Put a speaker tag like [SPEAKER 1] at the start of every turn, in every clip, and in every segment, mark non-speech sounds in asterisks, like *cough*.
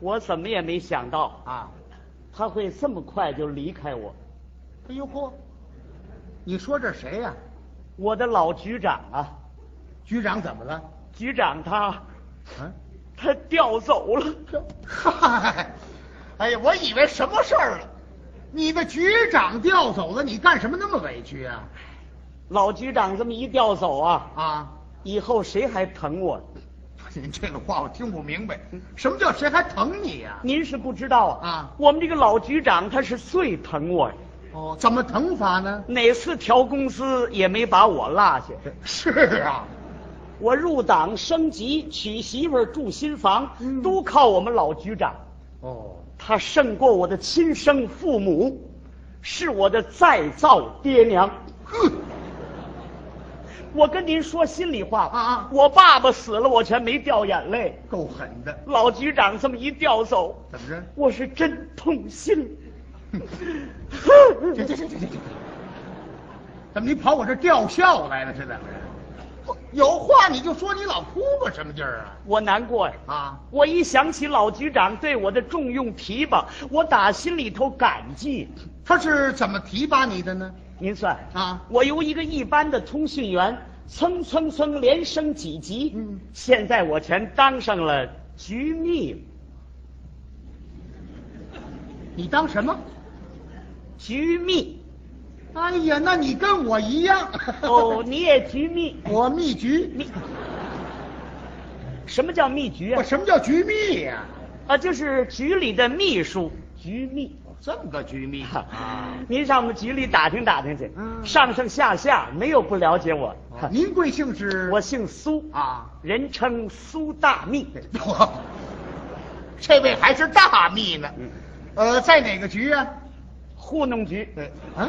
[SPEAKER 1] 我怎么也没想到
[SPEAKER 2] 啊，
[SPEAKER 1] 他会这么快就离开我。
[SPEAKER 2] 哎呦嚯，你说这谁呀、
[SPEAKER 1] 我的老局长啊，
[SPEAKER 2] 局长怎么了？
[SPEAKER 1] 局长他
[SPEAKER 2] 嗯，
[SPEAKER 1] 他调走了。
[SPEAKER 2] 嗨，哎呀，我以为什么事儿了？你的局长调走了，你干什么那么委屈啊？
[SPEAKER 1] 老局长这么一调走啊，
[SPEAKER 2] 啊，
[SPEAKER 1] 以后谁还疼我？
[SPEAKER 2] 您这个话我听不明白，什么叫谁还疼你呀、
[SPEAKER 1] 您是不知道啊，
[SPEAKER 2] 啊
[SPEAKER 1] 我们这个老局长他是最疼我呀，
[SPEAKER 2] 哦，怎么疼法呢？
[SPEAKER 1] 哪次调工资也没把我落下。
[SPEAKER 2] 是啊，
[SPEAKER 1] 我入党升级、娶媳妇儿、住新房，
[SPEAKER 2] 嗯
[SPEAKER 1] 都靠我们老局长。
[SPEAKER 2] 哦，
[SPEAKER 1] 他胜过我的亲生父母，是我的再造爹娘。 *laughs*
[SPEAKER 2] 哼，
[SPEAKER 1] 我跟您说心里话
[SPEAKER 2] 啊啊
[SPEAKER 1] 我爸爸死了，我全没掉眼泪。
[SPEAKER 2] 够狠的，
[SPEAKER 1] 老局长这么一调走，
[SPEAKER 2] 怎么着？
[SPEAKER 1] 我是真痛
[SPEAKER 2] *laughs*
[SPEAKER 1] 心。
[SPEAKER 2] 行行行行行行，怎么你跑我这吊孝来了？是怎么着？有话你就说，你老哭个什么劲儿啊？
[SPEAKER 1] 我难过呀。
[SPEAKER 2] 啊，
[SPEAKER 1] 我一想起老局长对我的重用提拔，我打心里头感激。
[SPEAKER 2] 他是怎么提拔你的呢？
[SPEAKER 1] 您算
[SPEAKER 2] 啊，
[SPEAKER 1] 我由一个一般的通讯员，蹭蹭蹭连升几级，
[SPEAKER 2] 嗯
[SPEAKER 1] 现在我全当上了局秘，
[SPEAKER 2] 你当什么？
[SPEAKER 1] 局
[SPEAKER 2] *laughs*
[SPEAKER 1] 秘。
[SPEAKER 2] 哎呀，那你跟我一样。
[SPEAKER 1] 哦，，你也局秘？
[SPEAKER 2] *laughs* 我蜜局，
[SPEAKER 1] 秘？什么叫秘局
[SPEAKER 2] 我
[SPEAKER 1] 啊？
[SPEAKER 2] 什么叫局蜜呀、
[SPEAKER 1] 啊，就是局里的秘书，局秘。
[SPEAKER 2] 这么个局蜜啊！
[SPEAKER 1] 您上我们局里打听打听去，
[SPEAKER 2] 嗯哦
[SPEAKER 1] 上上下下没有不了解我。
[SPEAKER 2] 您贵姓是？
[SPEAKER 1] 啊 *laughs* 我姓苏，
[SPEAKER 2] 啊， *laughs*
[SPEAKER 1] 人称苏大秘。
[SPEAKER 2] 我这位还是大蜜呢。
[SPEAKER 1] 嗯
[SPEAKER 2] 呃，在哪个局啊？
[SPEAKER 1] 糊弄局，
[SPEAKER 2] 对，啊，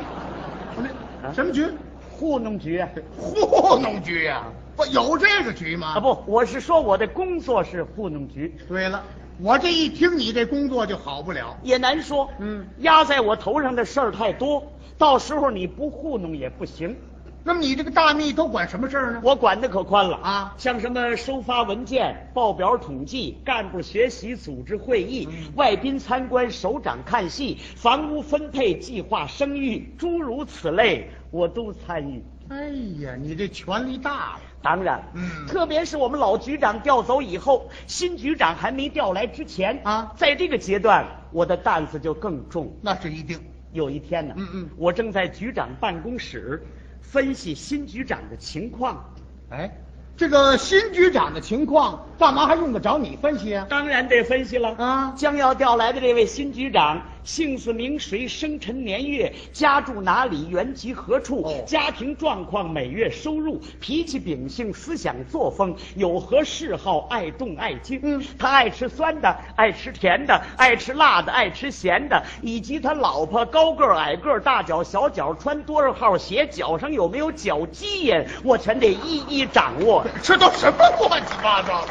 [SPEAKER 2] 不是
[SPEAKER 1] 啊
[SPEAKER 2] 什么局？
[SPEAKER 1] 糊弄局啊！
[SPEAKER 2] 糊弄局啊？不有这个局吗？
[SPEAKER 1] 啊，不，我是说我的工作是糊弄局，
[SPEAKER 2] 对了，我这一听你这工作就好不了。
[SPEAKER 1] 也难说。
[SPEAKER 2] 嗯，
[SPEAKER 1] 压在我头上的事儿太多，到时候你不糊弄也不行。
[SPEAKER 2] 那么你这个大蜜都管什么事儿呢？
[SPEAKER 1] 我管的可宽了
[SPEAKER 2] 啊
[SPEAKER 1] 像什么收发文件、报表统计、干部学习组织会议、
[SPEAKER 2] 嗯
[SPEAKER 1] 外宾参观、首长看戏、房屋分配、计划生育，诸如此类，我都参与。
[SPEAKER 2] 哎呀，你这权力大了。
[SPEAKER 1] 当然，
[SPEAKER 2] 嗯
[SPEAKER 1] 特别是我们老局长调走以后，新局长还没调来之前
[SPEAKER 2] 啊
[SPEAKER 1] 在这个阶段，我的担子就更重。
[SPEAKER 2] 那是一定。
[SPEAKER 1] 有一天呢，
[SPEAKER 2] 嗯嗯
[SPEAKER 1] 我正在局长办公室分析新局长的情况，
[SPEAKER 2] 哎，这个新局长的情况，干嘛还用得着你分析啊？
[SPEAKER 1] 当然得分析了
[SPEAKER 2] 啊
[SPEAKER 1] 将要调来的这位新局长，姓氏名谁，生辰年月，家住哪里，原籍何处，
[SPEAKER 2] 哦
[SPEAKER 1] 家庭状况，每月收入，脾气秉性，思想作风，有何嗜好，爱动爱静。
[SPEAKER 2] 嗯
[SPEAKER 1] 他爱吃酸的，爱吃甜的，爱吃辣的，爱吃咸的，以及他老婆高个儿、矮个儿、大脚、小脚，穿多少号鞋，脚上有没有脚鸡眼，我全得一一掌
[SPEAKER 2] *laughs*
[SPEAKER 1] 握。
[SPEAKER 2] 这都什么乱七八糟的？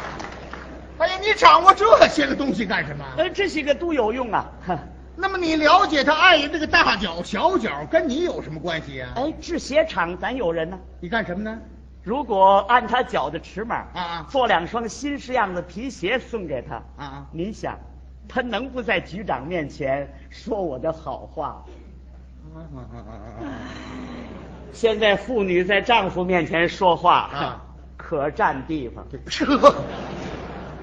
[SPEAKER 2] 哎呀，你掌握这些个东西干什么？啊
[SPEAKER 1] 呃，这些个都有用啊。哼
[SPEAKER 2] 那么你了解他爱人这个大脚小脚，跟你有什么关系啊？
[SPEAKER 1] 哎，制鞋厂咱有人呢、
[SPEAKER 2] 你干什么呢？
[SPEAKER 1] 如果按他脚的尺码
[SPEAKER 2] 啊
[SPEAKER 1] 做两双新式样的皮鞋送给他
[SPEAKER 2] 啊
[SPEAKER 1] 您想，他能不在局长面前说我的好话？
[SPEAKER 2] 啊
[SPEAKER 1] 现在妇女在丈夫面前说话
[SPEAKER 2] 啊，
[SPEAKER 1] 可占地方。
[SPEAKER 2] 这，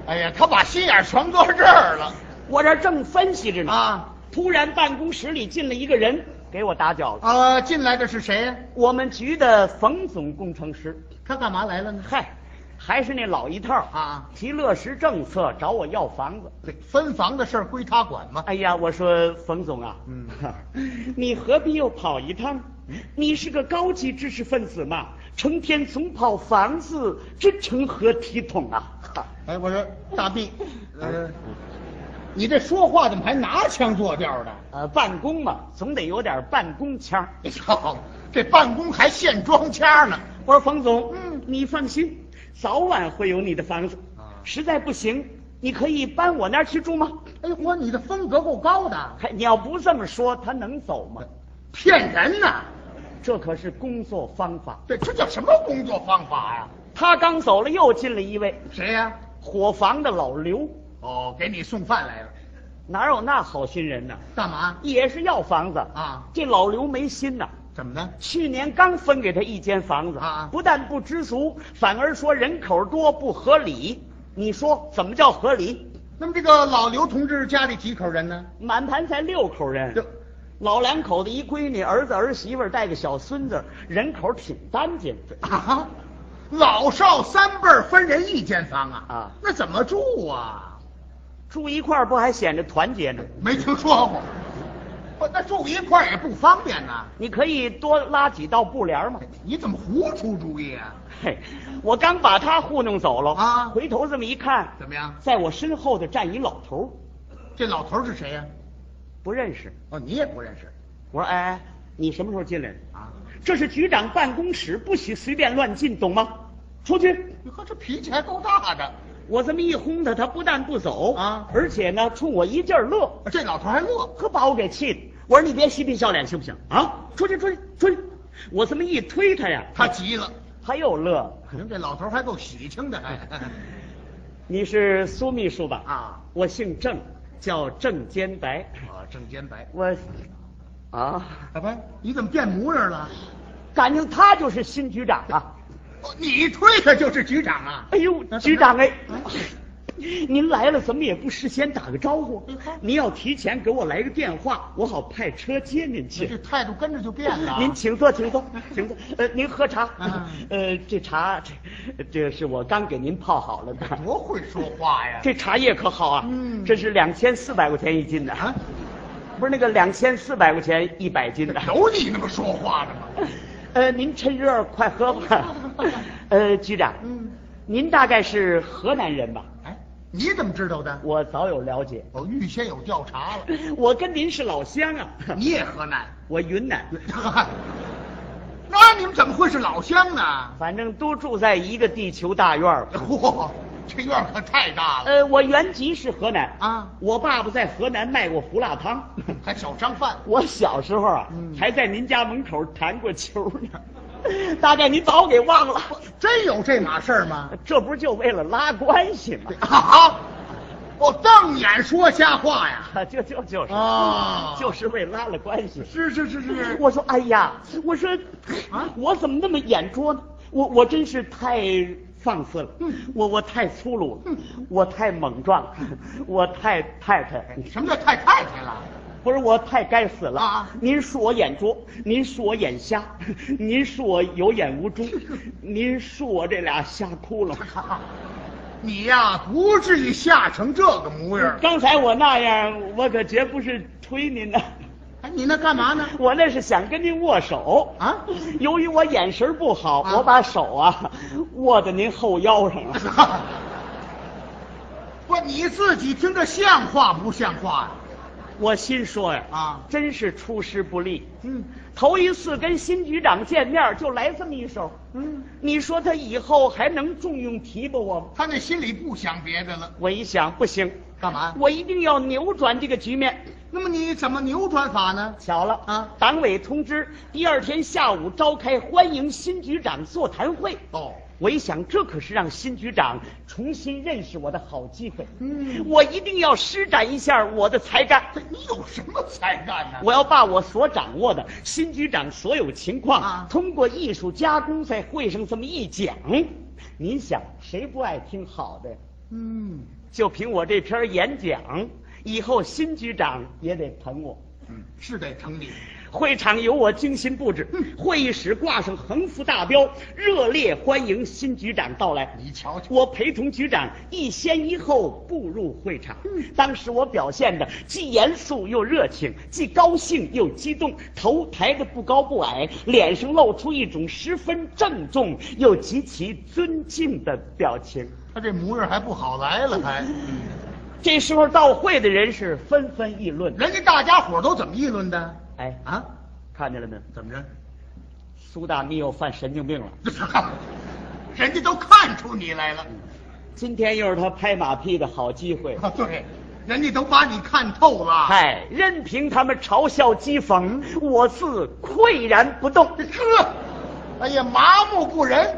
[SPEAKER 2] 哎呀，他把心眼全搁这儿了
[SPEAKER 1] 我这正分析着呢，
[SPEAKER 2] 啊！
[SPEAKER 1] 突然办公室里进了一个人，给我打搅了。
[SPEAKER 2] 呃，进来的是谁呀？
[SPEAKER 1] 我们局的冯总工程师，
[SPEAKER 2] 他干嘛来了呢？
[SPEAKER 1] 嗨，还是那老一套
[SPEAKER 2] 啊
[SPEAKER 1] 提落实政策找我要房子。
[SPEAKER 2] 对，分房的事儿归他管吗？
[SPEAKER 1] 哎呀，我说冯总啊，
[SPEAKER 2] 嗯
[SPEAKER 1] *laughs* 你何必又跑一趟？你是个高级知识分子嘛，成天总跑房子，这成何体统
[SPEAKER 2] *laughs*
[SPEAKER 1] 啊？
[SPEAKER 2] 哎，我说大臂，呃，你这说话怎么还拿腔作调的？
[SPEAKER 1] 呃，办公嘛，总得有点办公腔儿。
[SPEAKER 2] 哎呦，这办公还现装腔呢。
[SPEAKER 1] 我说冯总，
[SPEAKER 2] 嗯
[SPEAKER 1] 你放心，早晚会有你的房子。
[SPEAKER 2] 啊
[SPEAKER 1] 实在不行，你可以搬我那儿去住吗？
[SPEAKER 2] 哎呦，我你的风格够高的，
[SPEAKER 1] 还你要不这么说，他能走
[SPEAKER 2] *laughs*
[SPEAKER 1] 吗？
[SPEAKER 2] 骗人呐！
[SPEAKER 1] 这可是工作方法。
[SPEAKER 2] 对，这叫什么工作方法呀、
[SPEAKER 1] 他刚走了，又进了一位
[SPEAKER 2] 谁呀、
[SPEAKER 1] 伙房的老刘。
[SPEAKER 2] 哦，给你送饭来了，
[SPEAKER 1] 哪有那好心人呢？
[SPEAKER 2] 干嘛？
[SPEAKER 1] 也是要房子
[SPEAKER 2] 啊
[SPEAKER 1] 这老刘没心呐、
[SPEAKER 2] 怎么的？
[SPEAKER 1] 去年刚分给他一间房子
[SPEAKER 2] 啊
[SPEAKER 1] 不但不知足，反而说人口多不合理。你说怎么叫合理？
[SPEAKER 2] 那么这个老刘同志家里几口人呢？
[SPEAKER 1] 满盘才六口人
[SPEAKER 2] 这，
[SPEAKER 1] 老两口子一闺女，儿子儿媳妇儿带个小孙子，人口挺干净。
[SPEAKER 2] 啊，老少三辈儿分人一间房啊？
[SPEAKER 1] 啊
[SPEAKER 2] 那怎么住啊？
[SPEAKER 1] 住一块儿不还显着团结呢？
[SPEAKER 2] 没听说过。不，那住一块儿也不方便呐。
[SPEAKER 1] 你可以多拉几道布帘嘛。
[SPEAKER 2] 你怎么胡出主意啊？
[SPEAKER 1] 嘿，我刚把他糊弄走了
[SPEAKER 2] 啊
[SPEAKER 1] 回头这么一看，
[SPEAKER 2] 怎么样？
[SPEAKER 1] 在我身后的站一老头儿，
[SPEAKER 2] 这老头儿是谁呀、
[SPEAKER 1] 不认识。
[SPEAKER 2] 哦，你也不认识
[SPEAKER 1] 我说：“哎，你什么时候进来的？
[SPEAKER 2] 啊？
[SPEAKER 1] 这是局长办公室，不许随便乱进，懂吗？出去！”
[SPEAKER 2] 你看这脾气还够大的，
[SPEAKER 1] 我这么一轰他，他不但不走
[SPEAKER 2] 啊
[SPEAKER 1] 而且呢，冲我一劲儿乐，
[SPEAKER 2] 这老头儿还乐。
[SPEAKER 1] 可把我给气的。我说：“你别嬉皮笑脸行不行啊？出去，出去，出去！”我这么一推他呀，
[SPEAKER 2] 他急了，
[SPEAKER 1] 还有乐。
[SPEAKER 2] 您这老头儿还够喜庆的，还
[SPEAKER 1] 你是苏秘书吧？
[SPEAKER 2] 啊，
[SPEAKER 1] 我姓郑，叫郑坚白。
[SPEAKER 2] 啊，正肩白。
[SPEAKER 1] 我，啊，
[SPEAKER 2] 小白，你怎么变模样了？
[SPEAKER 1] 感情他就是新局长啊！
[SPEAKER 2] 哦你推他就是局长啊？
[SPEAKER 1] 哎呦
[SPEAKER 2] 那，怎么
[SPEAKER 1] 局长哎
[SPEAKER 2] 嗯，
[SPEAKER 1] 您来了怎么也不事先打个招呼
[SPEAKER 2] 嗯好？
[SPEAKER 1] 您要提前给我来个电话，我好派车接您
[SPEAKER 2] 你这
[SPEAKER 1] 去。
[SPEAKER 2] 态度跟着就变了啊。
[SPEAKER 1] 您请坐，请
[SPEAKER 2] *laughs*
[SPEAKER 1] 坐，请坐。呃，您喝茶
[SPEAKER 2] 嗯。
[SPEAKER 1] 呃，这茶，这这是我刚给您泡好了的。
[SPEAKER 2] 多会说话呀！
[SPEAKER 1] 这茶叶可好啊！
[SPEAKER 2] 嗯
[SPEAKER 1] 这是两千四百块钱一斤的
[SPEAKER 2] 啊，
[SPEAKER 1] 不是那个两千四百块钱一百斤的。
[SPEAKER 2] 有你那么说话的吗？
[SPEAKER 1] 呃，您趁热快喝吧。呃，局长，
[SPEAKER 2] 嗯，
[SPEAKER 1] 您大概是河南人吧？
[SPEAKER 2] 哎，你怎么知道的？
[SPEAKER 1] 我早有了解，
[SPEAKER 2] 我预先有调查了。
[SPEAKER 1] *laughs* 我跟您是老乡啊。
[SPEAKER 2] 你也河南？ *laughs*
[SPEAKER 1] 我云南，
[SPEAKER 2] 那你们怎么会是老乡呢？
[SPEAKER 1] 反正都住在一个地球大院
[SPEAKER 2] 嗯
[SPEAKER 1] 儿。
[SPEAKER 2] *laughs* 嚯，这院儿可太大了，
[SPEAKER 1] 呃，我原籍是河南
[SPEAKER 2] 啊
[SPEAKER 1] 我爸爸在河南卖过胡辣汤。 *laughs*
[SPEAKER 2] 还小商贩。
[SPEAKER 1] 我小时候啊，
[SPEAKER 2] 嗯
[SPEAKER 1] 还在您家门口弹过球呢。 *laughs* 大概您把我给忘了，
[SPEAKER 2] 真有这码事儿吗？
[SPEAKER 1] 这不就为了拉关系吗？ *laughs*
[SPEAKER 2] 啊！我瞪眼说瞎话呀！
[SPEAKER 1] 啊，就就就是，
[SPEAKER 2] 啊
[SPEAKER 1] 就是为拉了关系。
[SPEAKER 2] 是是是是
[SPEAKER 1] 我说，哎呀，我说，
[SPEAKER 2] 嗯啊
[SPEAKER 1] 我怎么那么眼拙呢？我我真是太放肆了，
[SPEAKER 2] 嗯
[SPEAKER 1] 我我太粗鲁了，
[SPEAKER 2] 嗯
[SPEAKER 1] 我太莽撞了，我太太太，
[SPEAKER 2] 什么叫太太太了？
[SPEAKER 1] 不是我太该死了
[SPEAKER 2] 啊
[SPEAKER 1] 您恕我眼拙，您恕我眼瞎，您恕我有眼无
[SPEAKER 2] *laughs*
[SPEAKER 1] 珠，您恕我这俩瞎窟窿。
[SPEAKER 2] 你呀，不至于吓成这个模样儿。
[SPEAKER 1] 刚才我那样，我可绝不是推您的，
[SPEAKER 2] 哎，你那干嘛呢？ *laughs*
[SPEAKER 1] 我那是想跟您握手
[SPEAKER 2] 啊
[SPEAKER 1] 由于我眼神不好，
[SPEAKER 2] 啊
[SPEAKER 1] 我把手啊握在您后腰上了。
[SPEAKER 2] 不，你自己听着像话不像话
[SPEAKER 1] 我心说呀
[SPEAKER 2] 呀？，啊，
[SPEAKER 1] 真是出师不利。
[SPEAKER 2] 嗯
[SPEAKER 1] 头一次跟新局长见面就来这么一手，
[SPEAKER 2] 嗯，
[SPEAKER 1] 你说他以后还能重用提拔我吗？
[SPEAKER 2] 他那心里不想别的了，
[SPEAKER 1] 我一想不行，
[SPEAKER 2] 干嘛？
[SPEAKER 1] 我一定要扭转这个局面。
[SPEAKER 2] 那么你怎么扭转法呢？
[SPEAKER 1] 巧了
[SPEAKER 2] 啊
[SPEAKER 1] 党委通知，第二天下午召开欢迎新局长座谈会。
[SPEAKER 2] 哦，
[SPEAKER 1] 我一想，这可是让新局长重新认识我的好机会。
[SPEAKER 2] 嗯
[SPEAKER 1] 我一定要施展一下我的才干。
[SPEAKER 2] 这你有什么才干呢？
[SPEAKER 1] 我要把我所掌握的新局长所有情况，
[SPEAKER 2] 啊
[SPEAKER 1] 通过艺术加工，在会上这么一讲，您想谁不爱听好的呀？
[SPEAKER 2] 嗯
[SPEAKER 1] 就凭我这篇演讲，以后新局长也得捧我。
[SPEAKER 2] 嗯，是得成立。
[SPEAKER 1] 会场由我精心布置，
[SPEAKER 2] 嗯
[SPEAKER 1] 会议室挂上横幅大标，热烈欢迎新局长到来。
[SPEAKER 2] 你瞧瞧，
[SPEAKER 1] 我陪同局长一先一后步入会场，当时我表现的既严肃又热情，既高兴又激动，头抬得不高不矮，脸上露出一种十分郑重又极其尊敬的表情。
[SPEAKER 2] 他这模样还不好来了，还。嗯
[SPEAKER 1] 这时候到会的人是纷纷议论：“
[SPEAKER 2] 人家大家伙都怎么议论的？
[SPEAKER 1] 哎，
[SPEAKER 2] 啊，
[SPEAKER 1] 看见了没有？
[SPEAKER 2] 怎么
[SPEAKER 1] 苏大密又犯神经病了。
[SPEAKER 2] 着？ *laughs* 人家都看出你来了。
[SPEAKER 1] 今天又是他拍马屁的好机会。
[SPEAKER 2] 啊，对， *laughs* 人家都把你看透了。
[SPEAKER 1] 嗨，任凭他们嘲笑讥讽，我自岿然不动。”
[SPEAKER 2] 呵，哎呀，麻木不仁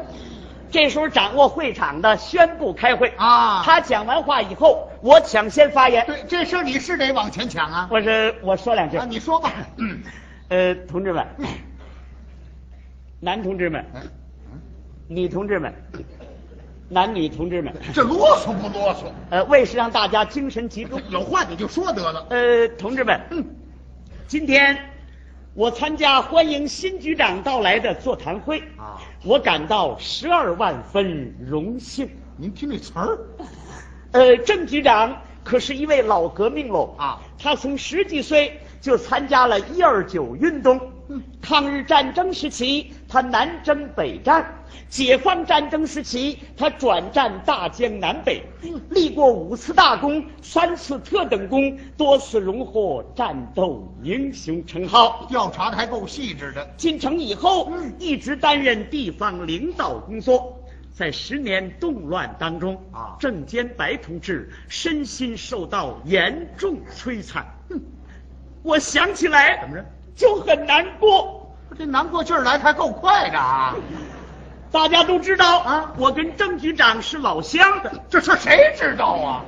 [SPEAKER 1] 这时候掌握会场的宣布开会
[SPEAKER 2] 啊
[SPEAKER 1] 他讲完话以后，我抢先发言。
[SPEAKER 2] 对，这事儿你是得往前抢啊！
[SPEAKER 1] 我是我说两句
[SPEAKER 2] 啊，，你说吧。嗯，
[SPEAKER 1] 呃，同志们，男同志们，
[SPEAKER 2] 嗯
[SPEAKER 1] 女同志们，男女同志们，
[SPEAKER 2] *laughs* 这啰嗦不啰嗦？
[SPEAKER 1] 呃，为是让大家精神集中，
[SPEAKER 2] 有话你就说得了。
[SPEAKER 1] 呃，同志们，
[SPEAKER 2] 嗯，
[SPEAKER 1] 今天我参加欢迎新局长到来的座谈会
[SPEAKER 2] 啊
[SPEAKER 1] 我感到十二万分荣幸。
[SPEAKER 2] 您听这词儿，
[SPEAKER 1] 呃，郑局长可是一位老革命喽
[SPEAKER 2] 啊
[SPEAKER 1] 他从十几岁就参加了一二九运动。
[SPEAKER 2] 嗯
[SPEAKER 1] 抗日战争时期，他南征北战；解放战争时期，他转战大江南北，
[SPEAKER 2] 嗯
[SPEAKER 1] 立过五次大功、三次特等功，多次荣获战斗英雄称号。
[SPEAKER 2] 调查的还够细致的。
[SPEAKER 1] 进城以后
[SPEAKER 2] 嗯，
[SPEAKER 1] 一直担任地方领导工作。在十年动乱当中
[SPEAKER 2] 啊
[SPEAKER 1] 郑坚白同志身心受到严重摧残。
[SPEAKER 2] 哼，
[SPEAKER 1] 我想起来，
[SPEAKER 2] 怎么着
[SPEAKER 1] 就很难过。
[SPEAKER 2] 这难过劲儿来的还够快的啊！
[SPEAKER 1] 大家都知道
[SPEAKER 2] 啊
[SPEAKER 1] 我跟郑局长是老乡，
[SPEAKER 2] 这事儿谁知道啊？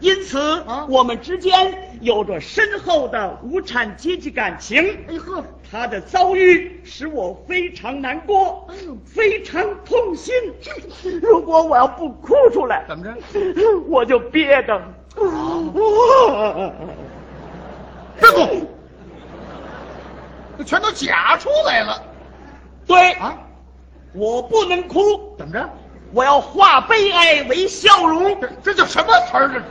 [SPEAKER 1] 因此、
[SPEAKER 2] 啊
[SPEAKER 1] 我们之间有着深厚的无产阶级感情。
[SPEAKER 2] 哎呵，
[SPEAKER 1] 他的遭遇使我非常难过，
[SPEAKER 2] 哎呦
[SPEAKER 1] 非常痛心。嗯 *laughs* 如果我要不哭出来，
[SPEAKER 2] 怎么着？
[SPEAKER 1] 我就憋的。
[SPEAKER 2] 别动，这全都假出来了
[SPEAKER 1] *laughs* 对，
[SPEAKER 2] 啊！
[SPEAKER 1] 我不能哭，
[SPEAKER 2] 怎么着？
[SPEAKER 1] 我要化悲哀为笑容
[SPEAKER 2] 这，这叫什么词儿？这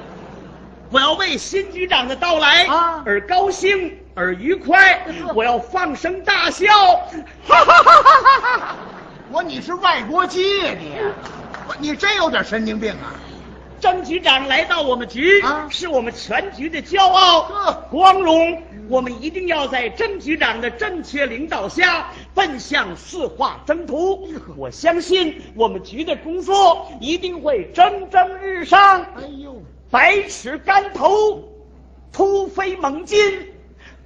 [SPEAKER 1] 我要为新局长的到来
[SPEAKER 2] 啊
[SPEAKER 1] 而高兴，而愉快
[SPEAKER 2] 呵。
[SPEAKER 1] 我要放声大 *laughs* 笑，哈哈哈哈哈哈！
[SPEAKER 2] 我你是外国鸡呀、你我你真有点神经病啊！
[SPEAKER 1] 张局长来到我们局，
[SPEAKER 2] 啊
[SPEAKER 1] 是我们全局的骄傲、
[SPEAKER 2] 呵
[SPEAKER 1] 光荣。我们一定要在郑局长的正确领导下，奔向四化征途。我相信我们局的工作一定会蒸蒸日上，
[SPEAKER 2] 哎呦，
[SPEAKER 1] 百尺竿头，突飞猛进，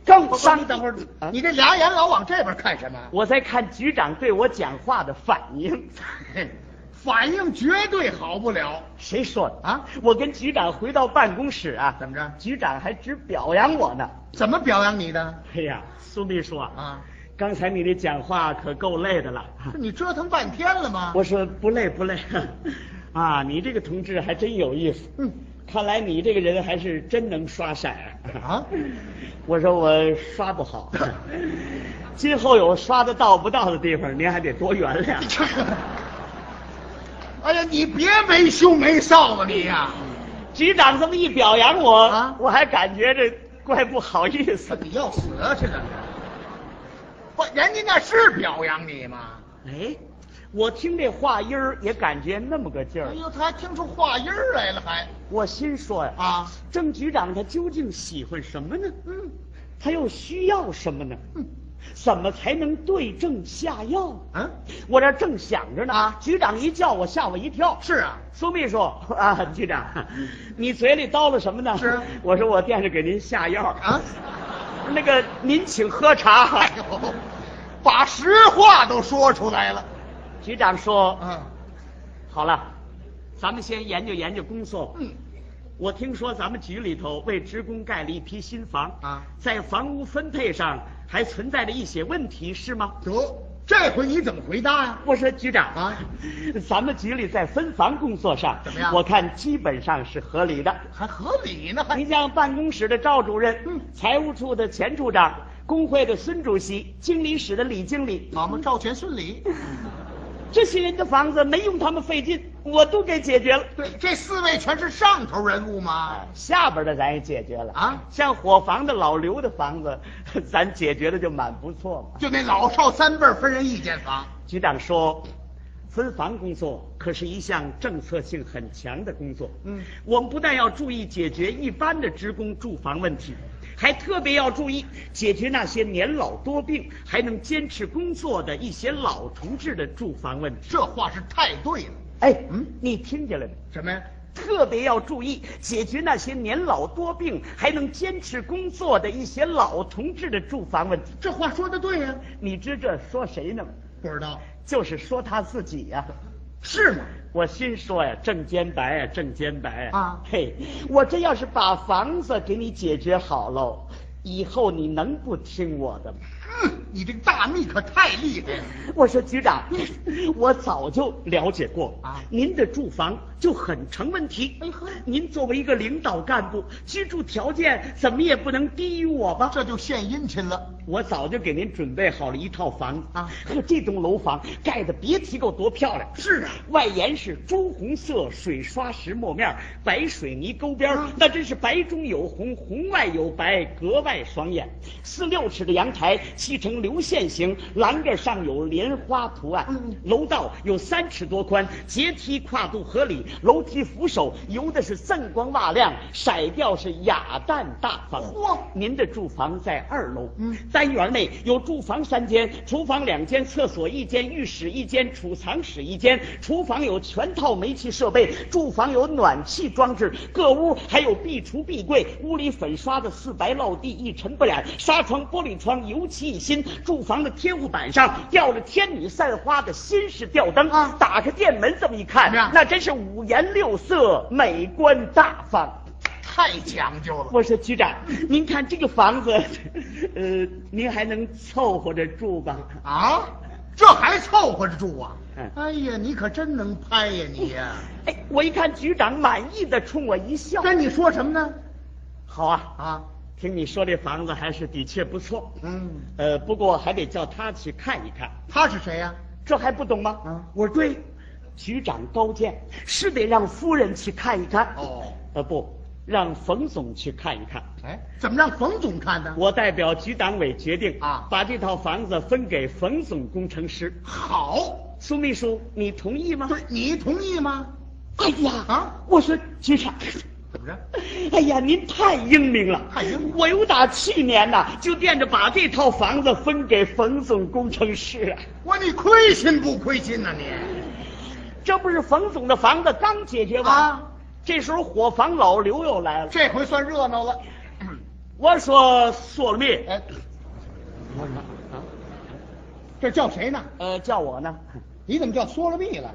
[SPEAKER 1] 更
[SPEAKER 2] 我
[SPEAKER 1] 上。
[SPEAKER 2] 你等会儿，
[SPEAKER 1] 啊
[SPEAKER 2] 你这俩眼老往这边看什么？
[SPEAKER 1] 我在看局长对我讲话的反应。
[SPEAKER 2] 嘿反应绝对好不了。
[SPEAKER 1] 谁说的
[SPEAKER 2] 啊
[SPEAKER 1] 我跟局长回到办公室啊，
[SPEAKER 2] 怎么着
[SPEAKER 1] 局长还只表扬我呢。
[SPEAKER 2] 怎么表扬你的
[SPEAKER 1] 哎呀，苏秘书啊，
[SPEAKER 2] 啊？
[SPEAKER 1] 刚才你的讲话可够累
[SPEAKER 2] *laughs*
[SPEAKER 1] 的了。
[SPEAKER 2] 这你折腾半天了吗？
[SPEAKER 1] 我说不累不累， *laughs* 啊，你这个同志还真有意思。
[SPEAKER 2] 嗯， *laughs*
[SPEAKER 1] 看来你这个人还是真能刷色儿
[SPEAKER 2] 啊！
[SPEAKER 1] *laughs* 我说我刷不好， *laughs* 今后有刷的到不到的地方，您还得多原
[SPEAKER 2] *laughs*
[SPEAKER 1] 谅。
[SPEAKER 2] 哎呀，你别没羞没臊了你呀、
[SPEAKER 1] 局长这么一表扬我，
[SPEAKER 2] 啊
[SPEAKER 1] 我还感觉这怪不好意思。
[SPEAKER 2] 你要死啊！这个，不，人家那是表扬你吗？
[SPEAKER 1] 哎，我听这话音儿也感觉那么个劲
[SPEAKER 2] 哎
[SPEAKER 1] 儿，
[SPEAKER 2] 呦，他还听出话音儿来了还，
[SPEAKER 1] 我心说呀，
[SPEAKER 2] 啊，
[SPEAKER 1] 郑局长他究竟喜欢什么呢？
[SPEAKER 2] 嗯，
[SPEAKER 1] 他又需要什么呢？
[SPEAKER 2] 嗯
[SPEAKER 1] 怎么才能对症下药？
[SPEAKER 2] 啊，
[SPEAKER 1] 我这正想着呢，
[SPEAKER 2] 啊
[SPEAKER 1] 局长一叫我，吓我一跳。
[SPEAKER 2] 是啊，
[SPEAKER 1] 苏秘书啊，局长，你嘴里叨了什么呢？
[SPEAKER 2] 是
[SPEAKER 1] 我说我惦着给您下药啊，
[SPEAKER 2] 啊， *laughs*
[SPEAKER 1] 那个您请喝茶。
[SPEAKER 2] 哎呦，把实话都说出来了，
[SPEAKER 1] 局长说，
[SPEAKER 2] 啊，
[SPEAKER 1] 好了，咱们先研究研究工作。
[SPEAKER 2] 嗯，
[SPEAKER 1] 我听说咱们局里头为职工盖了一批新房
[SPEAKER 2] 啊
[SPEAKER 1] 在房屋分配上还存在着一些问题，是吗？
[SPEAKER 2] 得，这回你怎么回答呀、
[SPEAKER 1] 我说局长
[SPEAKER 2] 啊，
[SPEAKER 1] *laughs* 咱们局里在分房工作上
[SPEAKER 2] 怎么样
[SPEAKER 1] 我看基本上是合理的。
[SPEAKER 2] 还合理呢，还
[SPEAKER 1] 您像办公室的赵主任，
[SPEAKER 2] 哎嗯
[SPEAKER 1] 财务处的钱处长，工会的孙主席，经理室的李经理，
[SPEAKER 2] 好嘛，照钱顺理。
[SPEAKER 1] 这些人的房子没用他们费劲，我都给解决了。
[SPEAKER 2] 对，这四位全是上头人物嘛。
[SPEAKER 1] 下边的咱也解决了
[SPEAKER 2] 啊
[SPEAKER 1] 像伙房的老刘的房子， *laughs* 咱解决的就蛮不错嘛。
[SPEAKER 2] 就那老少三辈儿分人一间房，
[SPEAKER 1] 局长说，分房工作可是一项政策性很强的工作。
[SPEAKER 2] 嗯
[SPEAKER 1] 我们不但要注意解决一般的职工住房问题，还特别要注意解决那些年老多病还能坚持工作的一些老同志的住房问题。
[SPEAKER 2] 这话是太对了。
[SPEAKER 1] 哎，
[SPEAKER 2] 嗯
[SPEAKER 1] 你听见了没？
[SPEAKER 2] 什么呀？
[SPEAKER 1] 特别要注意解决那些年老多病还能坚持工作的一些老同志的住房问题。
[SPEAKER 2] 这话说的对呀、
[SPEAKER 1] 你知这说谁呢吗？
[SPEAKER 2] 不知道，
[SPEAKER 1] 就是说他自己呀、
[SPEAKER 2] 是吗？
[SPEAKER 1] 我心说呀，挣煎白呀，挣煎白呀！
[SPEAKER 2] 啊
[SPEAKER 1] 嘿，我这要是把房子给你解决好喽，以后你能不听我的吗？
[SPEAKER 2] 嗯，你这个大秘可太厉害了。
[SPEAKER 1] 我说局长， *laughs* 我早就了解过
[SPEAKER 2] 啊
[SPEAKER 1] 您的住房就很成问题。
[SPEAKER 2] 哎呵
[SPEAKER 1] 您作为一个领导干部，居住条件怎么也不能低于我吧？
[SPEAKER 2] 这就献殷勤了。
[SPEAKER 1] 我早就给您准备好了一套房子
[SPEAKER 2] 啊
[SPEAKER 1] 呵，这栋楼房盖的别提够多漂亮。
[SPEAKER 2] 是啊
[SPEAKER 1] 外沿是朱红色水刷石磨面，白水泥沟边儿，
[SPEAKER 2] 啊
[SPEAKER 1] 那真是白中有红，红外有白，格外爽眼。四六尺的阳台砌成流线型，栏杆上有莲花图案，
[SPEAKER 2] 嗯
[SPEAKER 1] 楼道有三尺多宽，阶梯跨度合理，楼梯扶手油的是锃光瓦亮，色调是雅淡大方。
[SPEAKER 2] 嚯
[SPEAKER 1] 您的住房在二楼，
[SPEAKER 2] 嗯
[SPEAKER 1] 单元内有住房三间、厨房两间、厕所一间、浴室一间、储藏室一间。厨房有全套煤气设备，住房有暖气装置，各屋还有壁橱、壁柜。屋里粉刷的四白落地，一尘不染；纱窗、玻璃窗油漆一新。住房的天户板上吊着天女散花的新式吊灯
[SPEAKER 2] 啊
[SPEAKER 1] 打开店门这么一看
[SPEAKER 2] 怎么样，
[SPEAKER 1] 那真是五颜六色，美观大方。
[SPEAKER 2] 太讲究了。
[SPEAKER 1] 我说局长，您看这个房子，呃，您还能凑合着住吧？
[SPEAKER 2] 啊，这还凑合着住啊
[SPEAKER 1] 嗯？
[SPEAKER 2] 哎呀，你可真能拍呀你呀！
[SPEAKER 1] 哎，我一看局长满意的冲我一笑，
[SPEAKER 2] 跟你说什么呢？
[SPEAKER 1] 好啊，
[SPEAKER 2] 啊，
[SPEAKER 1] 听你说这房子还是的确不错，
[SPEAKER 2] 嗯，
[SPEAKER 1] 呃，不过还得叫他去看一看，
[SPEAKER 2] 他是谁呀、
[SPEAKER 1] 这还不懂吗？
[SPEAKER 2] 嗯
[SPEAKER 1] 我说对，局长高见，是得让夫人去看一看。
[SPEAKER 2] 哦，
[SPEAKER 1] 呃，不，让冯总去看一看。
[SPEAKER 2] 哎，怎么让冯总看呢？
[SPEAKER 1] 我代表局党委决定
[SPEAKER 2] 啊
[SPEAKER 1] 把这套房子分给冯总工程师。
[SPEAKER 2] 好，
[SPEAKER 1] 苏秘书，你同意吗？
[SPEAKER 2] 对你同意吗？
[SPEAKER 1] 哎呀，
[SPEAKER 2] 啊
[SPEAKER 1] 我说局长，
[SPEAKER 2] 怎么着？
[SPEAKER 1] *laughs*
[SPEAKER 2] 哎
[SPEAKER 1] 哎呀，您太英明了，
[SPEAKER 2] 太英明
[SPEAKER 1] 我由打去年呐、就惦着把这套房子分给冯总工程师啊，
[SPEAKER 2] 我你亏心不亏心呐、
[SPEAKER 1] 这不是冯总的房子刚解决
[SPEAKER 2] 你？
[SPEAKER 1] 完，
[SPEAKER 2] 啊，
[SPEAKER 1] 这时候伙房老刘又来了，
[SPEAKER 2] 这回算热闹了。
[SPEAKER 1] 我说索了密，
[SPEAKER 2] 哎，我你妈啊，这叫谁呢？
[SPEAKER 1] 呃，叫我呢， *laughs*
[SPEAKER 2] 你怎么叫缩了蜜了？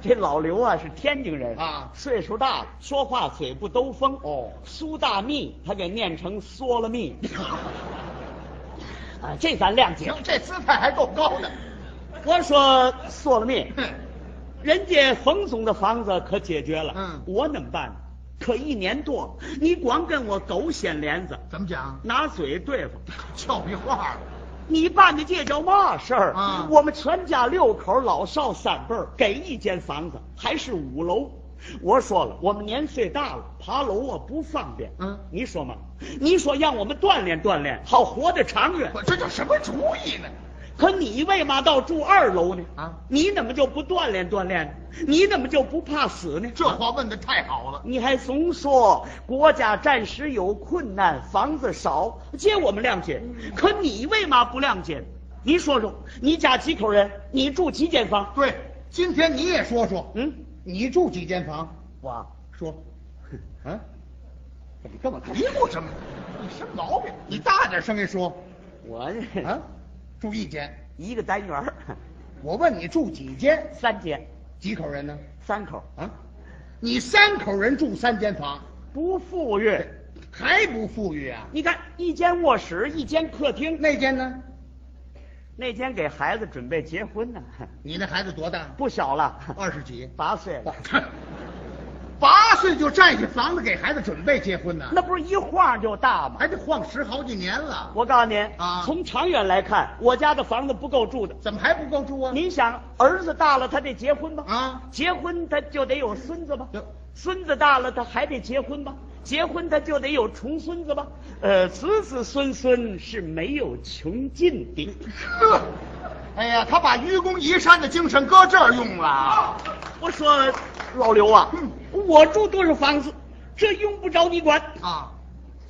[SPEAKER 1] 这老刘啊是天津人
[SPEAKER 2] 啊
[SPEAKER 1] 岁数大了，说话嘴不兜风
[SPEAKER 2] 哦
[SPEAKER 1] 苏大密他给念成缩了密，啊，这咱谅解
[SPEAKER 2] 行。，这姿态还够高的。
[SPEAKER 1] 我说索了密，
[SPEAKER 2] 哼，
[SPEAKER 1] 人家冯总的房子可解决了，
[SPEAKER 2] 嗯
[SPEAKER 1] 我怎么办呢？可一年多了，你光跟我狗显帘子，
[SPEAKER 2] 怎么讲？
[SPEAKER 1] 拿嘴对付，
[SPEAKER 2] 俏皮话了。
[SPEAKER 1] 你办的这叫嘛事儿
[SPEAKER 2] 啊
[SPEAKER 1] 我们全家六口，老少三辈儿，给一间房子，还是五楼。我说了，我们年岁大了，爬楼啊不方便。
[SPEAKER 2] 嗯
[SPEAKER 1] 你说嘛？你说让我们锻炼锻炼，好活得长远。
[SPEAKER 2] 我这叫什么主意呢？
[SPEAKER 1] 可你为嘛到住二楼呢？
[SPEAKER 2] 啊
[SPEAKER 1] 你怎么就不锻炼锻炼呢？你怎么就不怕死呢？
[SPEAKER 2] 这话问的太好了。
[SPEAKER 1] 你还总说国家暂时有困难，房子少，皆我们谅解。可你为嘛不谅解呢？你说说，你家几口人？你住几间房？
[SPEAKER 2] 对，今天你也说说，
[SPEAKER 1] 嗯，
[SPEAKER 2] 你住几间房？
[SPEAKER 1] 我
[SPEAKER 2] 说，啊，怎么这么嘀咕什么？你什么毛病？你大点声音说。
[SPEAKER 1] 我
[SPEAKER 2] 啊，住一间。
[SPEAKER 1] 一个单元儿
[SPEAKER 2] 我问你住几间？
[SPEAKER 1] 三间，
[SPEAKER 2] 几口人呢？
[SPEAKER 1] 三口
[SPEAKER 2] 啊，你三口人住三间房，
[SPEAKER 1] 不富裕。
[SPEAKER 2] 还不富裕啊？
[SPEAKER 1] 你看，一间卧室，一间客厅，
[SPEAKER 2] 那间呢？
[SPEAKER 1] 那间给孩子准备结婚呢，
[SPEAKER 2] 你那孩子多大？
[SPEAKER 1] 不小了，
[SPEAKER 2] 二十几。
[SPEAKER 1] 八岁了。
[SPEAKER 2] 八岁就占下房子给孩子准备结婚呢，
[SPEAKER 1] 那不是一晃就大吗？
[SPEAKER 2] 还得晃十好几年了。
[SPEAKER 1] 我告诉您
[SPEAKER 2] 啊
[SPEAKER 1] 从长远来看，我家的房子不够住的。
[SPEAKER 2] 怎么还不够住啊？
[SPEAKER 1] 您想，儿子大了，他得结婚吧？
[SPEAKER 2] 啊
[SPEAKER 1] 结婚他就得有孙子吧
[SPEAKER 2] 有？
[SPEAKER 1] 孙子大了，他还得结婚吧？结婚他就得有重孙子吧？呃，子子孙孙是没有穷尽的。
[SPEAKER 2] 呵，哎呀，他把愚公移山的精神搁这儿用了。
[SPEAKER 1] 我说老刘啊，
[SPEAKER 2] 嗯
[SPEAKER 1] 我住多少房子，这用不着你管。
[SPEAKER 2] 啊，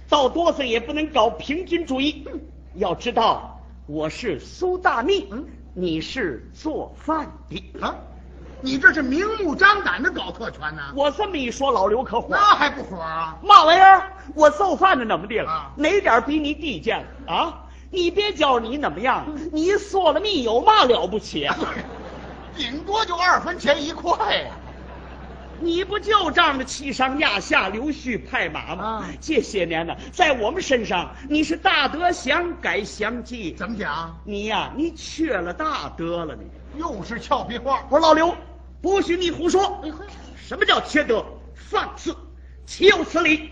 [SPEAKER 1] 到多岁也不能搞平均主义。要知道，我是苏大密，
[SPEAKER 2] 嗯
[SPEAKER 1] 你是做饭的。
[SPEAKER 2] 啊，你这是明目张胆的搞特权呢、
[SPEAKER 1] 我这么一说，老刘可火了。
[SPEAKER 2] 那还不火啊？ *laughs*
[SPEAKER 1] 嘛玩意儿？我揍饭的怎么地了？
[SPEAKER 2] 啊
[SPEAKER 1] 哪点儿比你低贱了
[SPEAKER 2] 嗯
[SPEAKER 1] 啊？你别觉着你怎么样，你缩了密有嘛了不起啊？
[SPEAKER 2] 顶多就二分钱一块呀、
[SPEAKER 1] *laughs* 你不就仗着欺上压下、溜须拍马吗？
[SPEAKER 2] 啊
[SPEAKER 1] 这些年呢，在我们身上你是大德想改祥记，
[SPEAKER 2] 怎么讲？
[SPEAKER 1] 你呀、你缺了大德了你。
[SPEAKER 2] 又是俏皮话。
[SPEAKER 1] 我说老刘，不许你胡说
[SPEAKER 2] 哎嘿！
[SPEAKER 1] 什么叫缺德？放肆，岂有此理！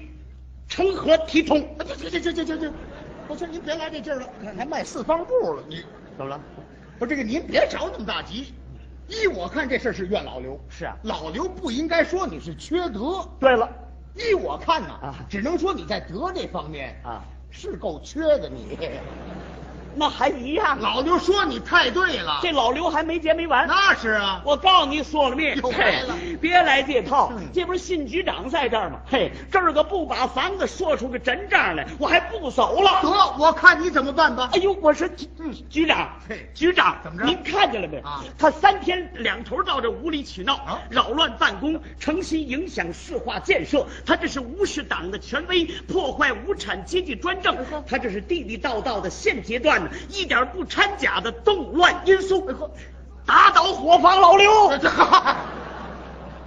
[SPEAKER 1] 成何体统？
[SPEAKER 2] 啊，这这这这这这，不是您别来这劲儿了，还迈四方步了，你
[SPEAKER 1] 怎么了？
[SPEAKER 2] 不是这个您别着那么大急。依我看，这事儿是怨老刘。
[SPEAKER 1] 是啊
[SPEAKER 2] 老刘不应该说你是缺德。
[SPEAKER 1] 对了，
[SPEAKER 2] 依我看呐，
[SPEAKER 1] 啊
[SPEAKER 2] 只能说你在德这方面
[SPEAKER 1] 啊
[SPEAKER 2] 是够缺的你。
[SPEAKER 1] 那还一样啊。
[SPEAKER 2] 老刘说你太对了，
[SPEAKER 1] 这老刘还没结没完。
[SPEAKER 2] 那是啊，
[SPEAKER 1] 我告诉你，索了命，
[SPEAKER 2] 又来了
[SPEAKER 1] 嘿别来这套
[SPEAKER 2] 嗯。
[SPEAKER 1] 这不是信局长在这儿吗？嘿，这儿个不把房子说出个真账来，我还不走
[SPEAKER 2] 得
[SPEAKER 1] 了。，
[SPEAKER 2] 我看你怎么办吧 *laughs*
[SPEAKER 1] 哎。呦，我说局
[SPEAKER 2] 嗯
[SPEAKER 1] 局长
[SPEAKER 2] 嘿，
[SPEAKER 1] 局长，
[SPEAKER 2] 怎么着
[SPEAKER 1] 您看见了没？
[SPEAKER 2] 啊
[SPEAKER 1] 他三天两头到这无理取闹
[SPEAKER 2] 啊，
[SPEAKER 1] 扰乱办公，诚心影响市化建设，他这是无视党的权威，破坏无产阶级专
[SPEAKER 2] 哎
[SPEAKER 1] 政，他这是地地道道的现阶段的一点不掺假的动乱因
[SPEAKER 2] 哎
[SPEAKER 1] 素，打倒伙房老刘。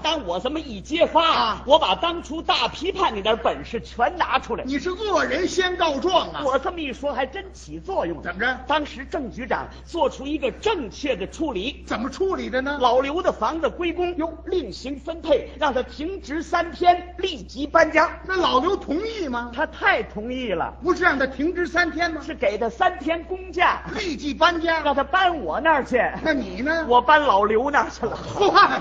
[SPEAKER 1] 当我这么一揭发，
[SPEAKER 2] 啊
[SPEAKER 1] 我把当初大批判你点本事全拿出来。
[SPEAKER 2] 你是恶人先告状啊！
[SPEAKER 1] 我这么一说，还真起作用了。
[SPEAKER 2] 怎么着
[SPEAKER 1] 当时郑局长做出一个正确的处理，
[SPEAKER 2] 怎么处理的呢？
[SPEAKER 1] 老刘的房子归公，由另行分配，让他停职三天，立即搬家。
[SPEAKER 2] 那老刘同意吗？
[SPEAKER 1] 他太同意了，
[SPEAKER 2] 不是让他停职三天吗？
[SPEAKER 1] 是给他三天公假，
[SPEAKER 2] 立即搬家。
[SPEAKER 1] 让他搬我那儿去，
[SPEAKER 2] 那你呢？
[SPEAKER 1] 我搬老刘那儿去了。
[SPEAKER 2] 哇，